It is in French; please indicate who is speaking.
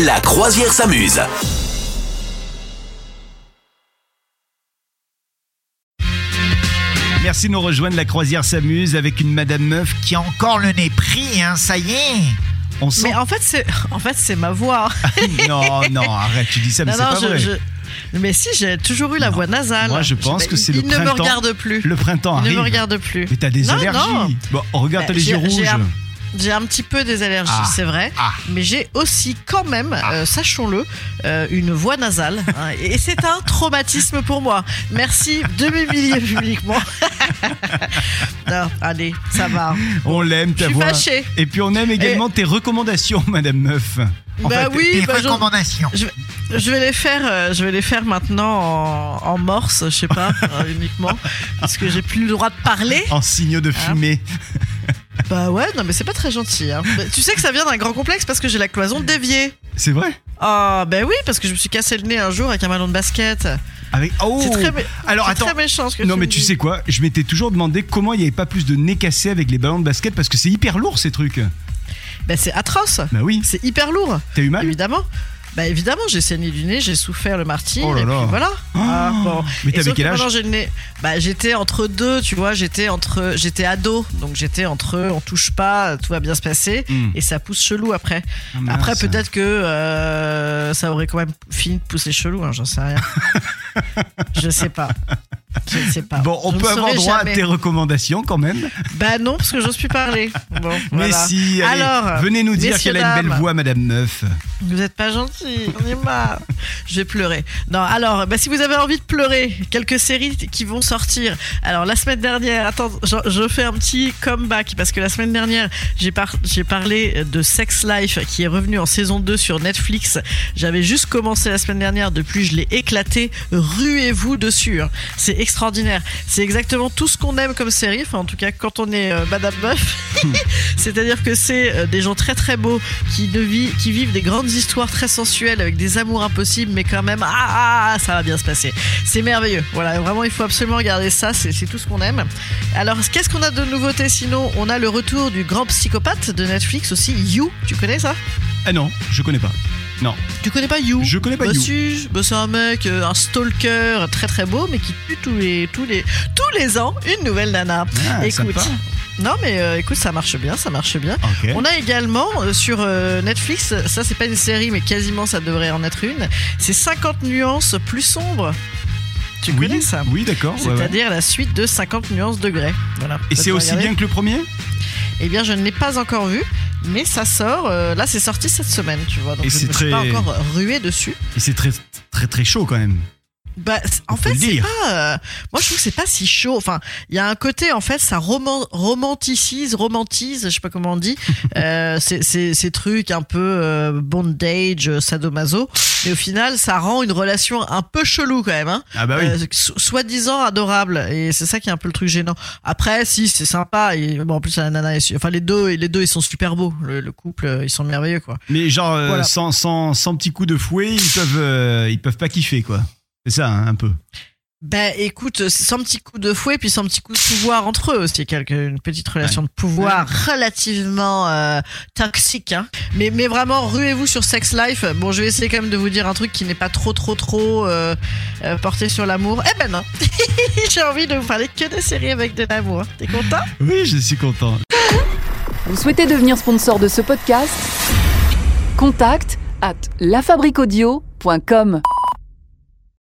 Speaker 1: La croisière s'amuse.
Speaker 2: Merci de nous rejoindre. La croisière s'amuse avec une Madame Meuf qui a encore le nez pris, hein, ça y est. On sent.
Speaker 3: Mais en fait, c'est en fait, c'est ma voix.
Speaker 2: non, non, arrête, tu dis ça, Ah, mais
Speaker 3: Non,
Speaker 2: c'est
Speaker 3: non,
Speaker 2: pas
Speaker 3: je-
Speaker 2: vrai.
Speaker 3: je- Mais si, j'ai toujours eu la voix nasale.
Speaker 2: Moi, je pense que c'est le
Speaker 3: il ne
Speaker 2: printemps.
Speaker 3: me regarde plus.
Speaker 2: Le printemps
Speaker 3: il
Speaker 2: arrive.
Speaker 3: ne me regarde plus.
Speaker 2: Mais t'as des
Speaker 3: Non,
Speaker 2: allergies.
Speaker 3: non.
Speaker 2: Bon, regarde,
Speaker 3: Bah,
Speaker 2: t'as les yeux
Speaker 3: j'ai- j'ai
Speaker 2: rouges.
Speaker 3: un- J'ai un petit peu des allergies,
Speaker 2: Ah.
Speaker 3: c'est vrai.
Speaker 2: Ah.
Speaker 3: Mais j'ai aussi, quand même, euh, sachons-le, euh, une voix nasale. hein, et c'est un traumatisme pour moi. Merci de m'humilier publiquement. Non, allez, ça va.
Speaker 2: On l'aime,
Speaker 3: Je
Speaker 2: ta
Speaker 3: suis
Speaker 2: voix.
Speaker 3: fâchée.
Speaker 2: Et puis on aime également tes recommandations, Madame Meuf. En
Speaker 3: Bah
Speaker 2: fait,
Speaker 3: oui,
Speaker 2: tes
Speaker 3: bah, j'en-
Speaker 2: recommandations.
Speaker 3: Je vais les faire, euh, je vais les faire maintenant en, en morse, je sais pas, euh, uniquement, parce que j'ai plus le droit de parler.
Speaker 2: En signe de
Speaker 3: Ah.
Speaker 2: fumée.
Speaker 3: Bah ouais, non mais c'est pas très gentil. hein. Mais Tu sais que ça vient d'un grand complexe parce que j'ai la cloison déviée.
Speaker 2: C'est vrai
Speaker 3: Ah ben oui, parce que je me suis cassé le nez un jour avec un ballon de basket.
Speaker 2: Avec. Oh
Speaker 3: C'est très, mé-
Speaker 2: Alors
Speaker 3: c'est
Speaker 2: attends.
Speaker 3: très méchant ce que
Speaker 2: Non
Speaker 3: tu
Speaker 2: mais
Speaker 3: me
Speaker 2: tu
Speaker 3: dis.
Speaker 2: sais quoi, je m'étais toujours demandé comment il n'y avait pas plus de nez cassé avec les ballons de basket parce que c'est hyper lourd ces trucs.
Speaker 3: Ben c'est atroce,
Speaker 2: Bah oui,
Speaker 3: c'est hyper lourd,
Speaker 2: t'as eu mal
Speaker 3: évidemment. Bah évidemment, j'ai saigné du nez, j'ai souffert le martyr,
Speaker 2: Oh là
Speaker 3: et puis
Speaker 2: là.
Speaker 3: voilà. Ah,
Speaker 2: Oh,
Speaker 3: bon.
Speaker 2: Mais
Speaker 3: Et
Speaker 2: t'avais
Speaker 3: sauf
Speaker 2: quel
Speaker 3: que
Speaker 2: âge
Speaker 3: maintenant, j'ai le nez- bah, J'étais entre deux, tu vois, j'étais entre, j'étais ado, donc j'étais entre on touche pas, tout va bien se passer,
Speaker 2: Hmm.
Speaker 3: et ça pousse chelou après.
Speaker 2: Ah, mince.
Speaker 3: après, peut-être que euh, ça aurait quand même fini de pousser chelou, hein, j'en sais rien. je sais pas. Je ne sais pas.
Speaker 2: Bon, on
Speaker 3: Je ne
Speaker 2: peut avoir
Speaker 3: saurais
Speaker 2: droit
Speaker 3: jamais.
Speaker 2: à tes recommandations quand même.
Speaker 3: Bah non, parce que j'ose plus parler. Bon,
Speaker 2: Mais
Speaker 3: voilà.
Speaker 2: si, allez,
Speaker 3: Alors,
Speaker 2: venez nous dire qu'elle a une
Speaker 3: messieurs,
Speaker 2: belle
Speaker 3: dames.
Speaker 2: voix, Madame Meuf.
Speaker 3: Vous êtes pas gentil, on est marre. Je vais pleurer. Non, alors, bah, si vous avez envie de pleurer, quelques séries qui vont sortir. Alors, la semaine dernière, attends, je, je fais un petit comeback parce que la semaine dernière, j'ai par- j'ai parlé de Sex Life qui est revenu en saison 2 sur Netflix. J'avais juste commencé la semaine dernière, depuis je l'ai éclaté. Ruez-vous dessus. hein. C'est extraordinaire. C'est exactement tout ce qu'on aime comme série, enfin, en tout cas, quand on est euh, Madame Meuf. C'est-à-dire que c'est euh, des gens très très beaux qui, ne vi- qui vivent des grandes histoires très sensuelles avec des amours impossibles, mais quand même, ah, ah, ah, ça va bien se passer. C'est merveilleux. Voilà, vraiment, il faut absolument regarder ça, c'est c'est tout ce qu'on aime. Alors, qu'est-ce qu'on a de nouveauté sinon On a le retour du grand psychopathe de Netflix aussi, You. Tu connais ça
Speaker 2: Ah non, je connais pas.
Speaker 3: Tu connais pas You
Speaker 2: Je connais pas
Speaker 3: Bah
Speaker 2: You.
Speaker 3: si, bah c'est un mec, euh, un stalker très très beau, mais qui tue tous les, tous les, tous les ans une nouvelle nana.
Speaker 2: Ah,
Speaker 3: écoute.
Speaker 2: sympa.
Speaker 3: Non mais euh, écoute, ça marche bien, ça marche bien.
Speaker 2: Ok.
Speaker 3: On a également euh, sur euh, Netflix, ça c'est pas une série mais quasiment ça devrait en être une, c'est 50 nuances plus sombres. Tu
Speaker 2: oui,
Speaker 3: connais ça
Speaker 2: Oui, d'accord. ouais, ouais.
Speaker 3: C'est-à-dire la suite de 50 nuances de Grey. Voilà.
Speaker 2: Et c'est aussi bien que le premier
Speaker 3: Eh bien, je ne l'ai pas encore vu, mais ça sort. euh, là, c'est sorti cette semaine, tu vois. Donc,
Speaker 2: Et
Speaker 3: je
Speaker 2: c'est
Speaker 3: ne me suis
Speaker 2: très-
Speaker 3: pas encore rué dessus.
Speaker 2: Et c'est très, très, très chaud quand même.
Speaker 3: Bah, c- en
Speaker 2: Faut le
Speaker 3: fait, c'est
Speaker 2: dire.
Speaker 3: pas. euh, moi, je trouve que c'est pas si chaud. Enfin, il y a un côté, en fait, ça roman- romanticise, romantise, je sais pas comment on dit, euh, ces- ces ces trucs un peu euh, bondage, euh, sadomaso. Mais au final, ça rend une relation un peu chelou quand même. Hein
Speaker 2: Ah bah oui.
Speaker 3: Euh, so- soi-disant adorable et c'est ça qui est un peu le truc gênant après si c'est sympa et bon en plus la nana est su- enfin les deux les deux ils sont super beaux le, le couple euh, ils sont merveilleux quoi
Speaker 2: Mais genre, euh,
Speaker 3: voilà.
Speaker 2: sans, sans, sans petit coup de fouet, ils peuvent, euh, ils peuvent pas kiffer, quoi. C'est ça, hein, un peu.
Speaker 3: Ben écoute, sans petit coup de fouet, puis sans petit coup de pouvoir entre eux aussi, quelque, une petite relation de pouvoir relativement euh, toxique. Hein. Mais, mais vraiment, ruez-vous sur Sex Life. Bon, je vais essayer quand même de vous dire un truc qui n'est pas trop, trop, trop euh, euh, porté sur l'amour. Eh ben non, j'ai envie de vous parler que de séries avec de l'amour. T'es content
Speaker 2: Oui, je suis content.
Speaker 4: Vous souhaitez devenir sponsor de ce podcast Contact à lafabriquaudio.com.